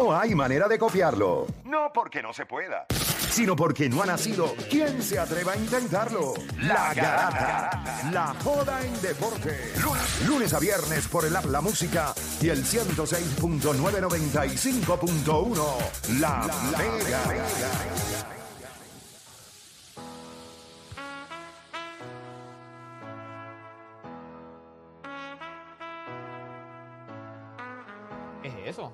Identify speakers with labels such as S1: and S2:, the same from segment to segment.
S1: no hay manera de copiarlo. No porque no se pueda, sino porque no ha nacido quien se atreva a intentarlo. La garata. La joda en deporte. Lunes, lunes a viernes por el app La Música y el 106.995.1. La, Mega.
S2: ¿Qué es eso?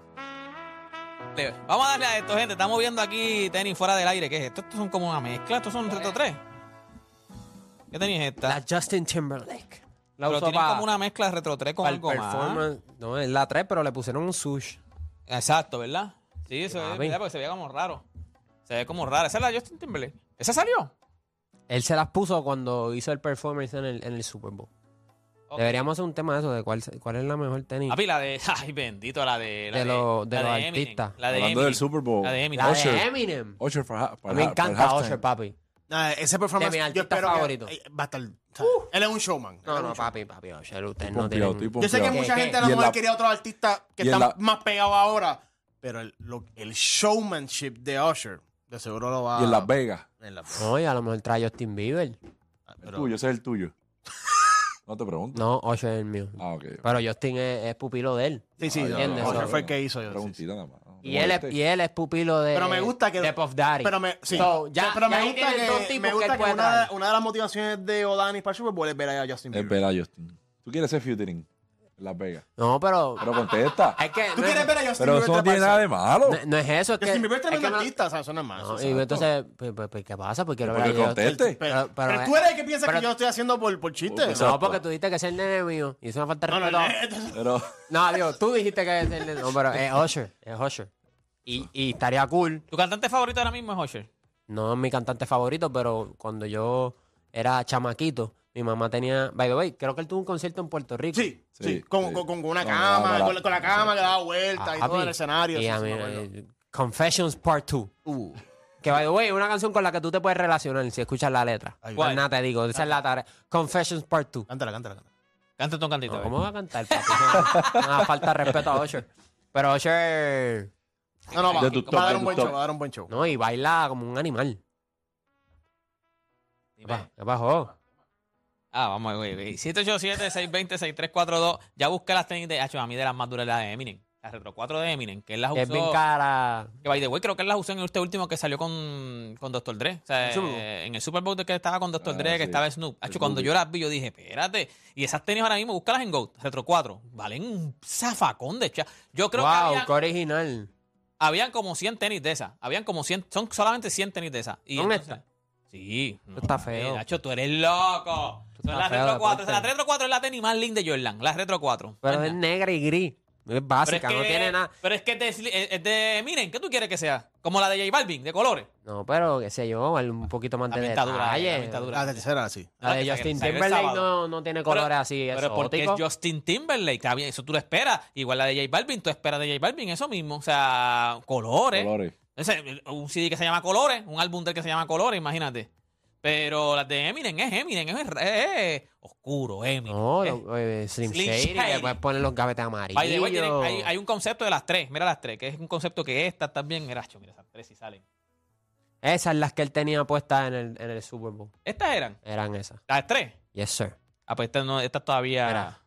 S2: Le- Vamos a darle a esto, gente. Estamos viendo aquí tenis fuera del aire. ¿Qué es esto? Estos son como una mezcla. Estos son reto 3. ¿Qué tenis es esta?
S3: La Justin Timberlake. La
S2: Pero
S3: usó
S2: tienen
S3: para
S2: como una mezcla de retro 3 con algo
S4: ¿ah?
S2: más.
S3: performance. No, es la 3, pero le pusieron un sush.
S2: Exacto, ¿verdad? Sí, eso es
S3: mami.
S2: verdad, porque se veía como raro. Se ve como raro. Esa es la Justin Timberlake. ¿Esa salió?
S3: Él se las puso cuando hizo el performance en el, en el Super Bowl.
S2: Ok.
S3: Deberíamos hacer un tema de eso, de cuál, cuál es la mejor tenis.
S2: Papi, la de. Ay, bendito, la de. La
S3: De los- de
S2: la
S3: los
S2: Eminem,
S3: artistas.
S2: La de
S5: Hablando
S2: Eminem.
S5: del Super Bowl.
S2: La de Eminem.
S3: la
S5: Usher.
S3: de Eminem.
S5: Usher para,
S3: A mí me encanta Usher, papi.
S4: Nada, Ah, ese performance
S3: De mi
S4: yo
S3: artista
S4: espero
S3: favorito.
S4: que eh, va a estar. ¿sabes? él es un showman. él
S3: No,
S4: es
S3: no,
S4: un showman.
S3: papi, papi, Usher, usted no
S5: Pompeado,
S3: tiene...
S5: estoy
S4: Yo sé que
S5: pompeado.
S3: ¿Qué,
S4: mucha
S3: qué?
S4: gente a
S5: Y
S4: lo
S5: en
S4: mejor
S5: la-
S4: quería otros artistas que
S5: y en
S4: están
S5: la-
S4: más pegados ahora, pero el, lo- el showmanship de Usher de seguro lo va
S5: Y en Las Vegas.
S4: en Las-
S3: No, y a lo mejor trae Justin Bieber.
S5: El
S4: pero-
S5: tuyo, ese es el tuyo. No te pregunto.
S3: No, Usher es el mío.
S5: Ah, ok.
S3: Pero Justin es, es pupilo de él.
S4: Sí, sí,
S5: Ah,
S4: no,
S3: entiendo
S4: Usher
S3: eso.
S4: fue el que hizo. yo, sí, sí.
S5: Preguntita nada más. No te
S3: Y él, es,
S5: molestes.
S3: y él es pupilo de...
S4: Pero me gusta que-
S3: De Puff Eh, Daddy.
S4: Pero me, sí.
S3: So, ya-
S4: O sea, pero
S3: ya
S4: me
S3: ahí
S4: gusta
S3: tienen dos
S4: que,
S3: tipos
S4: me
S3: que
S4: gusta
S3: él
S4: que
S3: puede
S4: una,
S3: traer.
S4: una de las motivaciones de O'Dani para el Super Bowl es ver a Justin
S5: Es
S4: Bieber.
S5: verdad, Justin. ¿Tú quieres ser featuring? En Las Vegas.
S3: No, pero...
S5: Pero contesta.
S3: Es que...
S4: ¿Tú
S3: no,
S4: quieres ver a Justin
S5: Pero
S4: Bieber?
S5: eso no tiene
S4: treparse?
S5: nada de malo.
S3: no, no es eso, es que...
S4: Justin Bieber es
S3: es que
S4: tremendo
S3: me-
S4: artista, o sea, eso no es más.
S3: No,
S4: o sea,
S3: y entonces, pues, pues, pues, ¿qué pasa? Porque
S5: Porque conteste.
S4: pero,
S3: pero-
S4: pero tú eres el que piensa
S3: pero-
S4: que yo lo estoy haciendo por, por chiste.
S5: Porque
S3: No,
S5: Exacto.
S3: porque tú dijiste que es el nene mío. Y eso me falta de
S4: No, no,
S3: respeto.
S4: no.
S5: Pero
S3: No, digo, tú dijiste que es el nene. No, pero es Usher. Es Usher.
S4: Ah.
S3: Y, y estaría cool.
S2: ¿Tu cantante favorito ahora mismo es Usher?
S3: No es mi cantante favorito, pero cuando yo era chamaquito, mi mamá tenía. By the way, creo que él tuvo un concierto en Puerto Rico.
S4: Sí, sí,
S5: Sí,
S4: con,
S5: sí.
S4: con, con una
S5: No,
S4: cama,
S5: no, no, no.
S4: con, la- con la cama que daba vuelta
S3: Ah,
S4: y todo
S3: papi.
S4: en el escenario.
S3: Y
S4: sí,
S3: a
S4: sí,
S3: mí,
S4: me acuerdo.
S3: eh, Confessions Part 2.
S4: Uh,
S3: Que by the way, es una canción con la que tú te puedes relacionar si escuchas la letra.
S4: Ahí va.
S3: Pues nada, te digo, esa es la tarea. Confessions Part 2.
S4: cántala, cántala, cántala.
S2: Cántate un cantito.
S3: No,
S2: a ver.
S3: ¿Cómo va a cantar, papi? No, no, no, falta de respeto a Usher. Pero Usher.
S4: No, no, va,
S5: De tu
S4: va
S5: top,
S4: a dar
S5: de
S4: un
S5: tu
S4: buen
S5: top.
S4: show, va a dar un buen show.
S3: No, y baila como un animal. ¿Qué pa- qué pasó?
S2: Ah, vamos, güey. güey. 787-620-6342. Ya busqué las tenis de Hacho, a mí de las más duras la de Eminem. La Retro 4 de Eminem, que él las usó.
S3: Es bien cara.
S2: que by the way, creo que él las usó en este último que salió con, con Dr. Dre. O sea,
S3: ¿El Super Bowl?
S2: eh, en el Super Bowl de que estaba con Dr.
S5: Ah,
S2: Dre, que
S5: sí.
S2: estaba Snoop. Hacho,
S5: El
S2: cuando
S5: Snoopy.
S2: yo las vi, yo dije, espérate. Y esas tenis ahora mismo, búscalas en Goat, Retro 4. Valen un zafacón de cha. Yo creo que
S3: wow,
S2: habían,
S3: qué original.
S2: habían como 100 tenis de esas. Habían como 100, son solamente 100 tenis de esas. Y
S3: ¿Dónde
S2: entonces- Sí. No,
S3: está
S2: papi,
S3: feo.
S2: Nacho, tú eres loco.
S3: Esto
S2: Son
S3: está
S2: las
S3: feo,
S2: Retro 4.
S3: deporte.
S2: La Retro 4 es la tenis más linda de Jordan. La Retro 4.
S3: Pero
S2: No es
S3: es
S2: nada.
S3: negra y gris. Es
S2: Pero es
S3: básica,
S2: que-
S3: no tiene nada.
S2: Pero es que es de, sli- es- es de- Miren, ¿qué tú quieres que sea? Como la de J Balvin, de colores.
S3: No, pero qué sé yo, vale un poquito más
S2: La
S3: de
S2: pintadura,
S3: detalle.
S2: la pintadura.
S4: eh, La tercera, sí.
S3: La
S2: Ah,
S3: de
S2: que
S3: Justin
S2: salió el
S3: Timberlake
S2: sábado.
S3: no, no tiene colores así
S2: Pero porque es
S3: exóticos.
S2: Justin Timberlake. está bien, Eso tú lo esperas. Igual la de J Balvin, tú esperas de J Balvin, eso mismo. O sea, colores.
S5: colores.
S2: Ese, un CD que se llama Colores, un álbum del que se llama Colores, imagínate. Pero las de Eminem es Eminem, es, es oscuro, Eminem.
S3: No,
S2: es-
S3: lo- eh, Slim
S2: Slim
S3: Shady,
S2: Shady.
S3: le puedes poner los gavetes
S2: By the way, tienen-
S3: amarillos.
S2: hay, hay un concepto de las tres, mira las tres, que es un concepto que esta también, mira, acho, mira esas tres si salen.
S3: Esas las que él tenía puestas en el, en el Super Bowl.
S2: Estas eran,
S3: Eran esas.
S2: las tres.
S3: Yes, sir.
S2: Ah, pues estas no, estas todavía.
S3: Mira.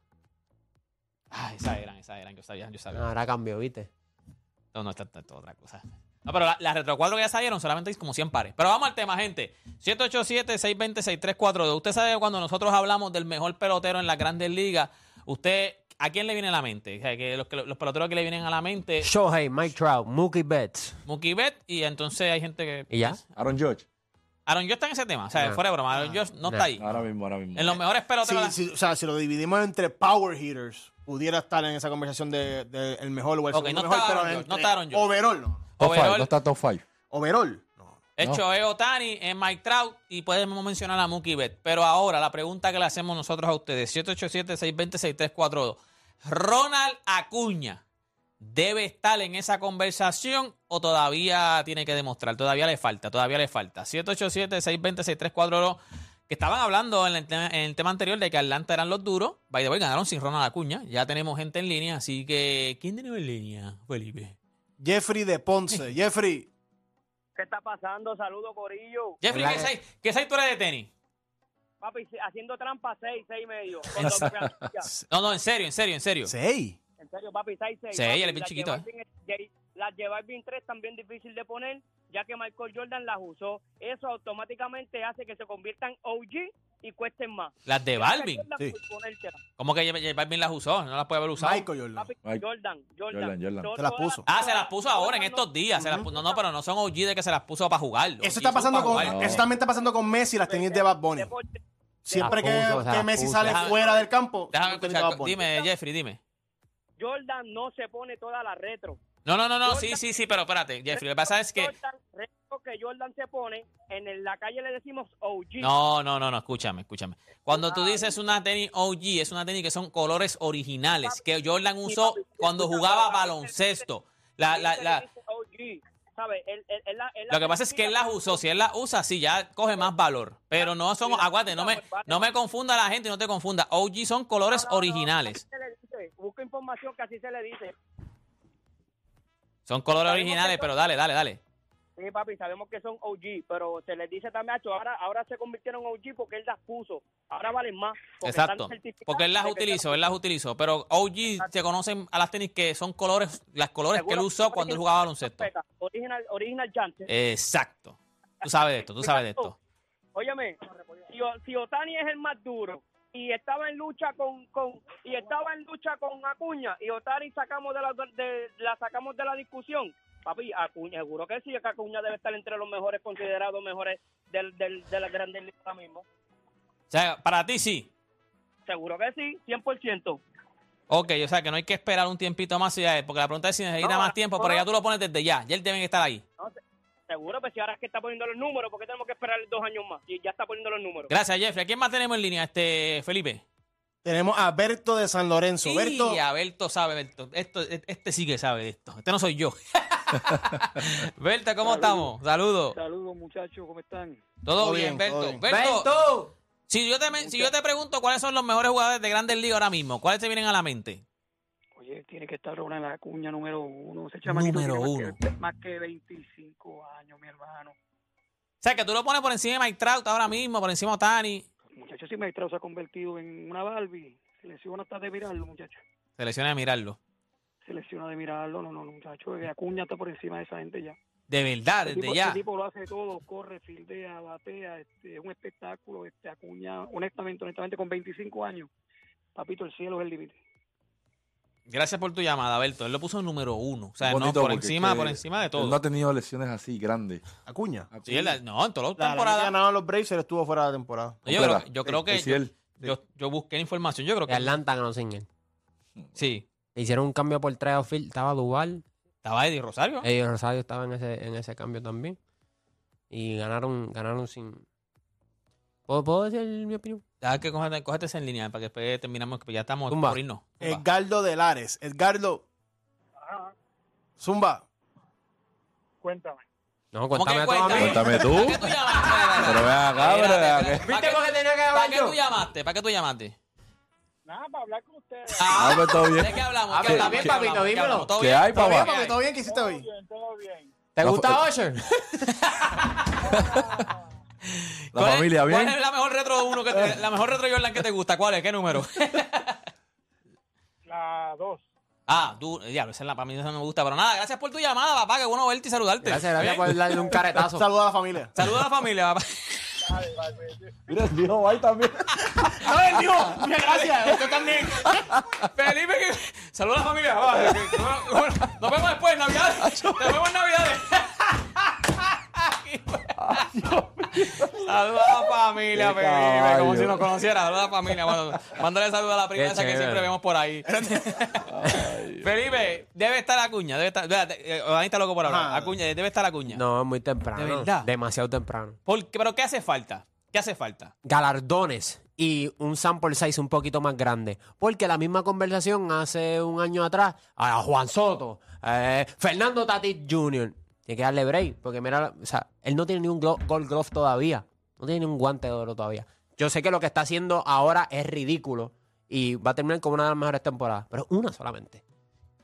S2: Ah, esas eran, esas eran, yo sabía, yo sabía.
S3: Ahora cambió, ¿viste?
S2: No, no, esta esta es otra cosa. No, pero la- las retro cuatro que ya salieron solamente hay como 100 pares. Pero vamos al tema, gente. 787-620-6342. Usted sabe cuando nosotros hablamos del mejor pelotero en las grandes ligas, usted, ¿a quién le viene a la mente? O sea, que los, que- los peloteros que le vienen a la mente,
S3: Shohei, Mike Trout, Mookie Betts.
S2: Mookie Betts, y entonces hay gente que...
S3: ¿Y ya?
S5: Aaron George.
S2: Aaron Josh está en ese tema. O sea,
S3: No.
S2: fuera de broma, Aaron
S4: No.
S2: Josh no,
S3: No.
S2: está ahí.
S5: Ahora mismo, ahora mismo.
S2: En los mejores
S4: Sí,
S2: peloteros...
S4: sí, o sea, si lo dividimos entre power hitters, pudiera estar en esa conversación de, de el mejor o el
S2: Ok,
S4: segundo
S2: no
S4: mejor,
S2: está
S4: pero
S2: Aaron George, no
S4: entre
S2: está Aaron George.
S4: overall, no.
S5: Top
S2: overall-
S5: five, no está top five.
S4: Overall, no.
S2: Es
S5: No.
S2: Shohei Otani, es Mike Trout y podemos mencionar a Mookie Betts. Pero ahora la pregunta que le hacemos nosotros a ustedes, 787-620-6342. ¿Ronald Acuña debe estar en esa conversación o todavía tiene que demostrar? Todavía le falta, todavía le falta. 787-620-6342. Que estaban hablando en el, tema, en el tema anterior de que Atlanta eran los duros. By the way, ganaron sin Ronald Acuña. Ya tenemos gente en línea, así que... ¿Quién tenemos en línea, Felipe?
S4: Jeffrey de Ponce. Jeffrey,
S6: ¿Qué está pasando? Saludo, Corillo.
S2: Jeffrey,
S3: ¿Verdad
S2: ¿qué
S3: que-
S2: seis, ¿qué seis tú eres de tenis?
S6: Papi, si- haciendo trampa 6, 6 y medio. Con dos franquicias.
S2: No, no, en serio, en serio, en serio.
S4: seis.
S6: en serio, papi, 6, 6.
S2: Sí, él es bien chiquito,
S6: Las llevar bien 3 también difícil de poner, ya que Michael Jordan las usó. Eso automáticamente hace que se conviertan OG y cuesten más.
S2: Las de
S6: Gracias,
S2: Balvin.
S6: Jordan,
S4: Sí.
S6: por ponértelas.
S2: ¿Cómo que J- J Balvin las usó? No las puede haber usado.
S4: Michael Jordan.
S6: Papi,
S5: Mike.
S6: Jordan, Jordan.
S5: Jordan, Jordan.
S6: Todas-
S4: Se las puso.
S2: Ah, se las puso ahora, en
S6: todas
S2: estos
S6: no-
S2: días. se las pu- no, no, pero no son OG de que se las puso para jugarlo.
S4: Eso
S2: Sí,
S4: está
S2: son
S4: pasando
S2: pa'
S4: con,
S2: jugarlo.
S4: eso también está pasando con Messi, las tenis de Bad Bunny.
S6: Deporte.
S4: Siempre que,
S3: Las puso,
S4: que
S3: las
S4: Messi
S3: puso.
S4: sale
S2: Déjame-
S4: fuera del campo,
S2: Déjame
S4: son tenis de
S2: escuchar.
S4: Bad Bunny.
S2: Dime, Jeffrey, dime.
S6: Jordan no se pone toda la retro.
S2: No, no, no, no, sí,
S6: Jordan-
S2: sí, sí, pero espérate, Jeffrey, lo que pasa es que...
S6: Jordan, retro que Jordan se pone, en el- la calle le decimos OG.
S2: No, no, no, no, escúchame, escúchame. Cuando tú dices una tenis OG, es una tenis que son colores originales, que Jordan usó
S6: papi, sí,
S2: cuando
S6: escucha,
S2: jugaba
S6: pero a veces-
S2: baloncesto. La, la,
S6: Ahí se
S2: la-
S6: le dice OG, ¿sabe? Él- él- él la- él la
S2: lo que pasa es que él las usó, si él las usa, sí, ya coge más valor. Pero no son, aguante, no me, no me confunda la gente, no te confunda. OG son colores
S6: No, no, no,
S2: originales.
S6: así se le dice. Busca información que así se le dice.
S2: Son colores
S6: Sabemos que
S2: originales,
S6: son-
S2: pero dale, dale, dale.
S6: Sí, papi, sabemos que son OG, pero se les dice también, "Acho, ahora, ahora se convirtieron en OG porque él las puso. Ahora valen más. porque están
S2: Exacto.
S6: certificadas
S2: Porque él las
S6: de que
S2: utilizó,
S6: se
S2: él las utilizó. Pero OG se conocen a las tenis que son colores, las colores que él usó cuando él jugaba baloncesto.
S6: peca. Original, original chance.
S2: Exacto. Tú sabes de esto, tú sabes de esto.
S6: Óyeme, si, O- si Otani es el más duro y estaba en lucha con, con y estaba en lucha con Acuña y Otani sacamos de la de- la sacamos de la discusión. Papi, Acuña, seguro que sí, que Acuña debe estar entre los mejores considerados mejores del, del, de la Grandes Ligas ahora mismo.
S2: O sea, para ti sí.
S6: Seguro que sí, 100%.
S2: Ok, o sea que no hay que esperar un tiempito más, ya, porque la pregunta es si necesita
S6: No,
S2: más tiempo, pero
S6: no.
S2: ya tú lo pones desde ya, ya él deben estar ahí.
S6: Seguro, pues si ahora es que está poniendo los números, ¿por qué tenemos que esperar dos años más? Y ya está poniendo los números.
S2: Gracias, Jeffrey. ¿A quién más tenemos en línea, este Felipe?
S4: Tenemos a Berto de San Lorenzo. Berto,
S2: Y a Berto sabe, Berto. Esto, este sí que sabe de esto. Este no soy yo. Berto, ¿cómo estamos? Saludos.
S7: Saludos muchachos, ¿cómo están?
S2: Todo,
S4: Todo
S2: bien,
S4: bien,
S2: Berto.
S4: todo bien.
S2: Berto,
S3: ¡Vento!
S2: Si, yo te, men- si yo te pregunto cuáles son los mejores jugadores de Grandes Ligas ahora mismo, ¿cuáles te vienen a la mente?
S7: Oye, tiene que estar Ronald Acuña número uno. Ese chamaquito
S2: Número
S7: tiene
S2: uno.
S7: Más que, más que 25 años, mi hermano.
S2: O sea, que tú lo pones por encima de Mike Trout ahora mismo, por encima de Otani.
S7: Muchachos, si Maestrao se ha convertido en una Barbie, se lesiona hasta de mirarlo, muchachos.
S2: Se lesiona de mirarlo.
S7: Se lesiona de mirarlo, no, no, no, muchachos. Acuña está por encima de esa gente ya.
S2: De verdad,
S7: El
S2: desde
S7: tipo,
S2: ya.
S7: el tipo lo hace todo, corre, fildea, batea, este, es un espectáculo. Este, Acuña, honestamente, honestamente, con 25 años, papito, el cielo es el límite.
S2: Gracias por tu llamada, Berto. Él lo puso en número uno. O sea,
S5: Bonito,
S2: no, por
S5: porque
S2: encima,
S5: es que
S2: por encima de todo.
S5: Él no ha tenido lesiones así grandes.
S4: Acuña.
S2: Sí, él- no, en todas las
S4: La, la que
S2: temporadas.
S4: ganaron los Braves, él estuvo fuera de la temporada.
S2: Yo creo,
S5: Completa.
S2: yo creo que
S5: Es él.
S2: yo, yo busqué información. Yo creo
S3: De
S2: que
S3: Atlanta ganó sin él.
S2: sí.
S3: Le hicieron un cambio por tres outfield. Estaba Duval.
S2: Estaba Eddie Rosario.
S5: Eh.
S3: Ellos Rosario estaba en ese, en ese cambio también. Y ganaron, ganaron sin. ¿Puedo, puedo decir mi opinión?
S2: Deja que cógete, cógete esa en línea para que después terminamos. que Ya estamos
S3: Zumba.
S2: por irnos.
S5: Eh,
S2: Zumba.
S4: Edgardo de Lares. Edgardo. Zumba.
S7: Cuéntame.
S3: No,
S2: ¿Cómo que
S3: cuéntame todo a
S2: cuéntame?
S3: mí.
S5: Cuéntame
S2: ¿Para qué
S5: tú.
S2: tú llamaste?
S5: Pero ven acá,
S2: Espérate,
S5: pero ven
S2: espérate. ¿Para
S5: acá.
S2: qué- ¿Para qué tú llamaste? ¿Para qué tú llamaste?
S7: Nada, para hablar con ustedes.
S2: Ah,
S5: Ah, pues todo bien.
S2: ¿De qué hablamos?
S3: Ah,
S2: ¿Qué
S3: pero
S2: hablamos?
S3: bien,
S2: ¿Qué
S3: papito,
S2: hablamos? ¿Qué
S3: dímelo.
S2: hablamos? ¿Todo
S5: ¿Qué
S2: bien?
S5: hay,
S4: ¿Todo bien,
S5: papá?
S4: papi? ¿Todo bien? ¿Qué hiciste hoy?
S7: todo bien.
S3: ¿Te
S5: No,
S3: gusta
S5: fue-
S3: Osher?
S5: La
S2: ¿Cuál es-
S5: familia,
S2: ¿Cuál
S5: ¿bien?
S2: es la mejor retro uno que te- la mejor retro Jordan que te gusta? ¿Cuál es? ¿Qué número?
S7: La dos.
S2: Ah, tú, diablo, esa es la para mí esa no me gusta, pero nada, gracias por tu llamada, papá, que bueno verte y saludarte.
S3: Gracias, gracias por darle un caretazo.
S4: Saluda a la familia.
S2: Saluda a la familia, papá.
S5: Mira, el viejo va también.
S4: Gracias. Usted también.
S2: Felipe, que... saluda a la familia, papá. que- no- no- Nos vemos después en Navidad. Nos vemos en Navidad. Saluda a la familia,
S5: Qué
S2: Felipe, como
S5: caballo.
S2: si nos conociera. Saluda a la familia, bueno, mándale saludos a la prima
S3: Qué
S2: esa que
S3: chévere.
S2: siempre vemos por ahí. Felipe, debe estar la cuña, debe estar, espérate, eh, Dani está loco por hablar.
S4: Ajá.
S2: Acuña, debe estar la cuña.
S3: No, muy temprano.
S2: ¿De verdad?
S3: Demasiado temprano.
S2: ¿Por qué? ¿Pero qué hace falta? ¿Qué hace falta?
S3: Galardones y un sample size un poquito más grande. Porque la misma conversación hace un año atrás a Juan Soto, eh, Fernando Tatis Jr. Tiene que darle break. Porque mira, o sea, él no tiene ni un glo- gold glove todavía. No tiene ni un guante de oro todavía. Yo sé que lo que está haciendo ahora es ridículo. Y va a terminar como una de las mejores temporadas. Pero una solamente.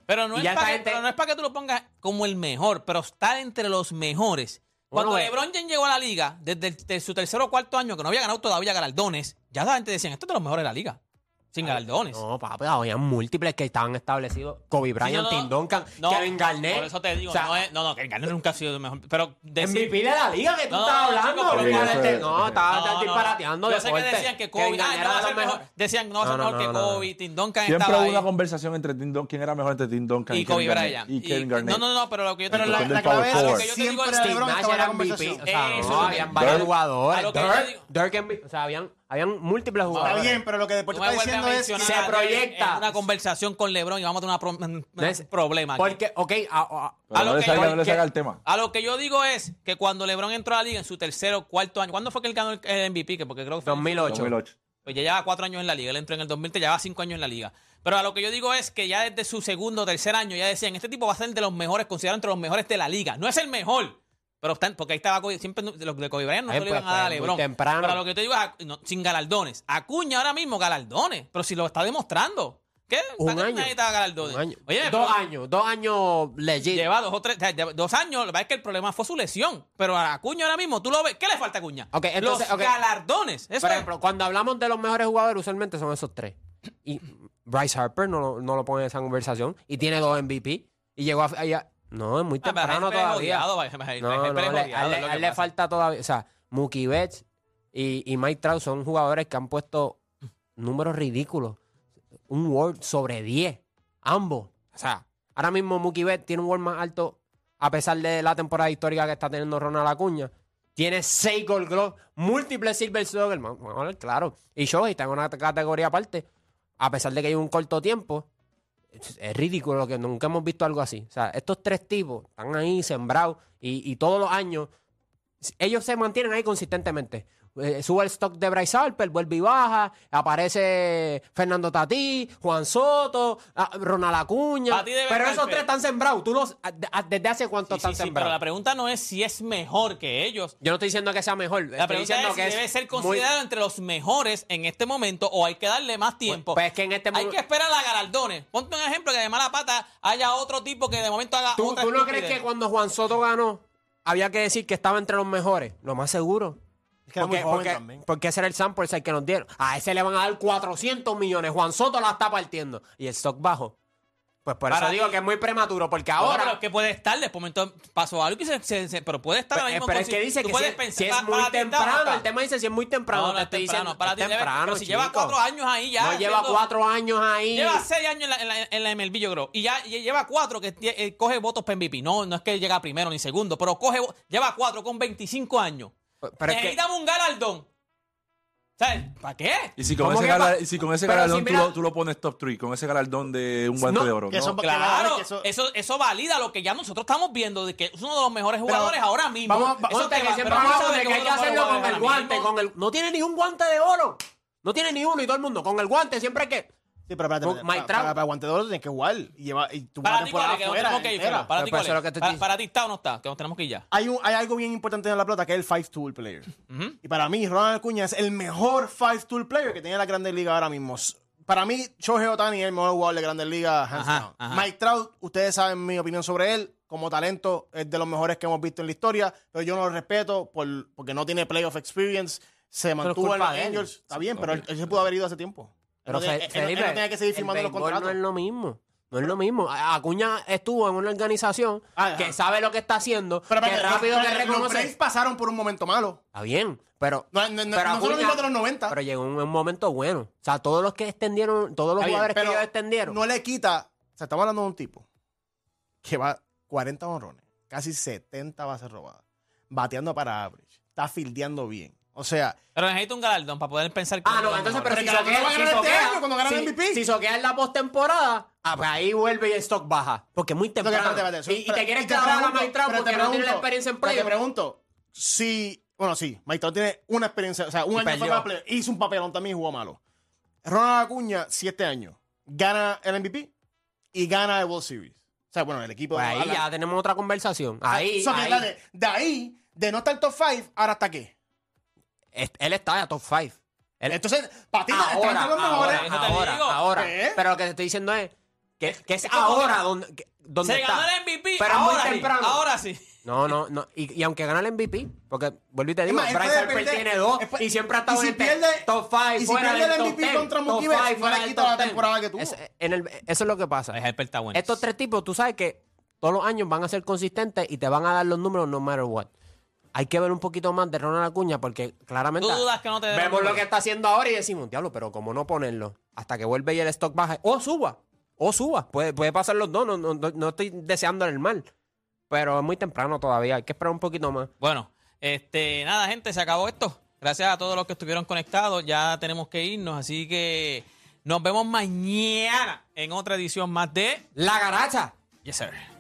S2: Pero no,
S3: Y
S2: es
S3: ya esa
S2: para que,
S3: gente-
S2: pero no es para que tú lo pongas como el mejor, pero estar entre los mejores.
S3: Bueno,
S2: Cuando
S3: eh.
S2: LeBron James llegó a la liga, desde el- de su tercer o cuarto año, que no había ganado todavía galardones, ya la gente decía, esto es de los mejores de la liga, sin galardones.
S3: No, papi, había múltiples que estaban establecidos. Kobe Bryant,
S2: no,
S3: Tim Duncan,
S2: No,
S3: Kevin Garnett.
S2: Por eso te digo,
S3: O sea,
S2: no, es, no, no, Kevin Garnett nunca ha sido el mejor. Pero decir,
S3: MVP de la liga que tú
S2: No,
S3: estás
S2: no,
S3: hablando.
S2: chico, pero-
S3: Kevin Garnett,
S5: Sí, eso es-
S3: no,
S2: No,
S3: estás
S2: no.
S3: disparateando
S2: Yo
S3: de
S2: sé
S3: fuerte.
S2: que decían que
S3: Kevin
S2: Kobe, ah, no
S3: Garnett
S2: va a
S3: era
S2: ser
S3: de los
S2: mejor.
S3: mejores.
S2: Decían, no va a ser
S3: No, no,
S2: mejor que
S3: no, no.
S2: Kobe, Tim Duncan
S5: Siempre
S2: estaba
S5: hubo
S2: ahí.
S5: una conversación entre Tim Duncan. ¿Quién era mejor entre Tim Duncan y,
S2: y Kobe
S5: Kevin Garnett?
S2: Bryant.
S5: Y Kevin Garnett.
S2: No, no, no, pero lo que yo te
S4: Pero
S2: digo
S4: la,
S5: Con
S4: la
S5: el
S4: clave
S5: power
S4: es
S5: forward.
S4: que
S2: Yo te digo
S4: siempre
S2: es
S4: era
S2: Steve
S4: LeBron
S3: Nash
S4: estaba en la
S3: era MVP.
S4: conversación.
S3: O sea,
S2: Eso
S3: no,
S2: es-
S3: habían varios
S5: Dirk-
S2: a lo
S3: jugadores.
S2: que yo
S3: Dirk-
S2: digo-
S3: Dirk MVP. O sea, habían, habían múltiples
S4: Está
S3: jugadores.
S4: bien, pero lo que
S2: Tú
S4: Deporte
S2: me
S4: está
S2: vuelves a
S4: diciendo es...
S2: mencionar
S3: se
S2: a Daniel
S3: proyecta.
S2: en una conversación con LeBron y vamos a tener una pro- un
S3: No es-
S2: problema. aquí.
S3: Porque, ok, a- a-
S5: Pero
S2: a lo
S5: no le
S2: que-
S5: saca- no le
S3: porque-
S5: saca el tema.
S2: A lo que yo digo es que cuando LeBron entró a la liga en su tercer o cuarto año, ¿cuándo fue que él ganó el- el MVP? Que Porque creo que fue
S3: 2008.
S5: 2008.
S2: Pues ya lleva cuatro años en la liga, él entró en el 2000, llevaba cinco años en la liga. Pero a lo que yo digo es que ya desde su segundo o tercer año ya decían, este tipo va a ser de los mejores, considerado entre los mejores de la liga. No es el mejor, pero está, porque ahí estaba Kobe, siempre no- los de Kobe Bryant no
S3: Ay,
S2: se lo
S3: pues,
S2: iban a dar a
S3: pues, muy
S2: LeBron.
S3: temprano.
S2: Pero a lo que yo te digo es, a- no, sin galardones. Acuña ahora mismo galardones, pero si lo está demostrando. ¿Qué?
S3: Un
S2: ¿Para qué
S3: año.
S2: necesita galardones?
S3: Un año.
S2: Oye,
S3: dos
S2: pero-
S3: años, dos años legit.
S2: Lleva dos o tres, o sea, lleva dos años. Lo que pasa es que el problema fue su lesión. Pero a Acuña ahora mismo, tú lo ves. ¿Qué le falta a Acuña?
S3: Ok, entonces,
S2: Los
S3: ok.
S2: galardones. Eso
S3: Por
S2: es.
S3: ejemplo, cuando hablamos de los mejores jugadores, usualmente son esos tres. Y Bryce Harper no, lo- no lo pone en esa conversación. Y tiene dos MVP. Y llegó a. allá- No, es muy
S2: Ah, pero
S3: temprano
S2: Harper es
S3: todavía.
S2: odiado, Harper es
S3: No, no, le-
S2: odiado,
S3: a él le-
S2: es lo
S3: a
S2: que
S3: él le
S2: pasa.
S3: falta todavía. O sea, Mookie Betts y, y Mike Trout son jugadores que han puesto números ridículos. Un World sobre 10. Ambos. O sea, ahora mismo Mookie Betts tiene un World más alto, a pesar de la temporada histórica que está teniendo Ronald Acuña. Tiene 6 Gold Glove, múltiples Silver Slugger. Vamos a hablar claro. Y Shohei está en una categoría aparte. A pesar de que hay un corto tiempo, es es ridículo que nunca hemos visto algo así. O sea, estos tres tipos están ahí sembrados y, y todos los años ellos se mantienen ahí consistentemente. Eh, sube el stock de Bryce Harper, vuelve y baja, aparece Fernando Tatí, Juan Soto, ah, Ronald Acuña.
S2: Tatí debe
S3: Pero esos
S2: estar,
S3: tres
S2: pero-
S3: están sembrados. ¿Tú los, a- de- a- ¿Desde hace cuánto
S2: Sí, sí,
S3: están
S2: sí, pero
S3: sembrados?
S2: la pregunta no es si es mejor que ellos.
S3: Yo no estoy diciendo que sea mejor.
S2: La
S3: estoy
S2: pregunta
S3: diciendo
S2: es si
S3: que es
S2: debe ser
S3: muy- pues,
S2: considerado entre los mejores en este momento o hay que darle más tiempo.
S3: Pues es que en este
S2: hay
S3: momento.
S2: que esperar a galardones. Ponte un ejemplo que de mala pata haya otro tipo que de momento haga
S3: ¿Tú,
S2: otra
S3: tú no crees
S2: estupidez.
S3: que cuando Juan Soto ganó había que decir que estaba entre los mejores? Lo más seguro.
S4: Es que era muy
S3: Porque-
S4: joven
S3: porque-
S4: también.
S3: porque ese era el sample size que nos dieron. A ese le van a dar 400 millones. Juan Soto la está partiendo. Y el stock bajo. Pues por
S2: Para
S3: eso digo
S2: ti.
S3: que es muy prematuro. Porque
S2: Bueno,
S3: ahora.
S2: pero es que puede estar, después momento pasó algo que se, se- se- pero puede estar
S3: Pero,
S2: ahora mismo.
S3: Pues, pero
S2: con-
S3: es que dice
S2: tú
S3: que si,
S2: puedes
S3: es-
S2: pensar-
S3: si es
S2: para-
S3: muy
S2: para ti está
S3: temprano,
S2: baja.
S3: el tema dice si es muy
S2: No,
S3: temprano.
S2: no
S3: te
S2: es
S3: estoy
S2: temprano,
S3: diciendo,
S2: para
S3: es
S2: ti debe-
S3: temprano,
S2: pero si lleva
S3: chico.
S2: cuatro años ahí ya,
S3: No lleva
S2: haciendo-
S3: cuatro años ahí.
S2: Lleva seis años en la, en la- en la MLB, yo creo. Y ya y lleva cuatro que tie- eh, coge votos para MVP. No, no es que llega primero ni segundo, pero coge vo- lleva cuatro con 25 años.
S3: Pero es que-
S2: Necesitamos un galardón. ¿Sabes? ¿Para qué?
S5: Y si con
S3: ¿Cómo
S5: ese,
S3: que va?
S5: gala- y si con ese
S3: Pero
S5: galardón
S3: si
S5: tú,
S3: mira-
S5: lo, tú lo pones top 3, con ese galardón de un guante
S3: No,
S5: de oro.
S4: que son-
S5: ¿no?
S4: Porque la verdad
S2: Claro,
S4: es que
S2: eso, eso valida lo que ya nosotros estamos viendo, de que es uno de los mejores
S3: Pero
S2: jugadores ahora mismo.
S3: Vamos,
S2: Eso
S3: ponte
S2: te
S3: que
S2: va- pero
S3: siempre
S2: tú
S3: hablamos
S2: sabes
S3: de que
S2: uno
S3: hay que
S2: de los mejores
S3: hacerlo con
S2: jugadores
S3: el
S2: ahora
S3: guante,
S2: mismo.
S3: con el. No tiene ni un guante de oro. No tiene ni uno y todo el mundo. Con el guante siempre hay que.
S4: Sí, pero espérate,
S3: Mike
S4: espérate, para,
S3: Trout.
S4: para, para aguante de oro tienes que jugar. Y, lleva, y tú
S2: Para
S4: una
S2: ti, ¿cuál
S4: temporada
S2: es? Que nos
S4: afuera.
S2: tenemos que ir,
S4: entera.
S2: Felo. Para ti,
S3: Pero pues
S2: ¿cuál
S3: eso es lo que
S2: es?
S3: te
S2: Para-
S3: estoy-
S2: Para ti está o no está, que nos tenemos que ir ya.
S4: hay, un, hay algo bien importante en la pelota que es el five tool player.
S2: Ujú.
S4: Y para mí, Ronald Acuña es el mejor five tool player que tiene la Grandes Ligas ahora mismo. S- Para mí, Shohei Otani es el mejor jugador de Grandes Ligas. hands
S2: Ajá,
S4: down.
S2: ajá.
S4: Mike Trout, ustedes saben mi opinión sobre él. Como talento, es de los mejores que hemos visto en la historia. Pero yo no lo respeto por- porque no tiene playoff experience. Se mantuvo en
S3: culpa
S4: los
S3: de él.
S4: Angels. Está bien, pero él, él se pudo haber ido hace tiempo.
S3: Pero
S4: él, no
S3: Fe-
S4: tenía- él- él no
S3: Felipe,
S4: tenía que seguir
S3: el
S4: firmando los
S3: béisbol
S4: contratos.
S3: No es lo mismo. No es lo mismo. A- Acuña estuvo en una organización
S4: Ah, Ajá.
S3: que sabe lo que está haciendo, que
S4: espérate,
S3: rápido
S4: los-
S3: que
S4: los- Los Braves
S3: reconoce.
S4: pasaron por un momento malo.
S3: Está bien, pero.
S4: No, no,
S3: pero
S4: no, no son los
S3: Acuña-
S4: mismos de los 90.
S3: Pero llegó un, un momento bueno. O sea, todos los que extendieron, todos los
S4: Está bien,
S3: jugadores
S4: pero
S3: que ellos extendieron.
S4: No le quita. Se estamos hablando de un tipo que va 40 honrones, casi 70 bases robadas, bateando para average, está fildeando bien. O sea,
S2: Pero necesito un galardón para poder pensar que
S3: Ah,
S2: uno de
S3: no,
S2: los
S3: entonces, pero si
S2: mejores.
S4: Pero que no va
S3: soquea, si
S4: a ganar este
S3: soquea,
S4: año cuando gana el
S3: si-
S4: MVP.
S3: si soquea en la postemporada, ah, pues ahí vuelve y el stock baja. Porque es muy
S4: No, que
S3: temprano.
S4: espérate, espérate, eso-
S3: Y- y, te
S4: pero-
S3: quieres
S4: y te
S3: quebrar a la
S4: pregunto,
S3: Mike Trout
S4: pero te
S3: porque no tiene la
S4: pregunto,
S3: experiencia en
S4: pero Te
S3: playoff.
S4: pregunto, si, bueno, sí, Mike Trout tiene una experiencia, o sea, un
S3: Y
S4: año fue
S3: perdió.
S4: para playoff, hizo un papelón también y jugó malo. Ronald Acuña, siete años, gana el MVP y gana el World Series. O sea, bueno, el equipo...
S3: Pues ahí
S4: habla-
S3: ya tenemos otra conversación. Ahí,
S4: So, que,
S3: ahí.
S4: dale, de ahí, de no estar top 5, ahora hasta qué.
S3: Es- Él está a top 5. Él,
S4: Entonces, para ti,
S3: ahora,
S4: están entre los
S3: ahora,
S4: mejores.
S2: eso te
S3: ahora,
S2: digo.
S3: ahora.
S4: ¿Qué?
S3: Pero lo que te estoy diciendo es Que, que es
S2: es como
S3: ahora
S2: que-
S3: donde, que- donde
S2: Se
S3: está.
S2: ganó el MVP.
S3: Pero
S2: ahora
S3: muy
S2: sí,
S3: temprano.
S2: Ahora sí.
S3: No, no, no. Y, y aunque gana el MVP, porque vuelvo y te digo,
S4: más, él
S3: Bryce
S4: puede
S3: Harper
S4: perder.
S3: tiene dos
S4: Él puede-
S3: y siempre ha
S4: pues, y
S3: estado en
S4: si
S3: el
S4: pierde-
S3: top 5.
S4: y si pierde el MVP contra Mookie Betts, no le quita la temporada que tuvo.
S3: eso es lo que pasa.
S2: Es Harper está bueno.
S3: Estos tres tipos, tú sabes que todos los años van a ser consistentes y te van a dar los números no matter what. Hay que ver un poquito más de Ronald Acuña porque claramente
S2: Tú dudas que no te dé los
S3: vemos lo
S2: números.
S3: que está haciendo ahora y decimos, diablo, pero como no ponerlo hasta que vuelve y el stock baja o suba, o suba. Puede, puede pasar los dos, no, no, no- no estoy deseando el mal. Pero es muy temprano todavía, hay que esperar un poquito más.
S2: Bueno, este, nada, gente, se acabó esto. Gracias a todos los que estuvieron conectados. Ya tenemos que irnos, así que nos vemos mañana en otra edición más de
S3: La garacha.
S2: Yes, sir.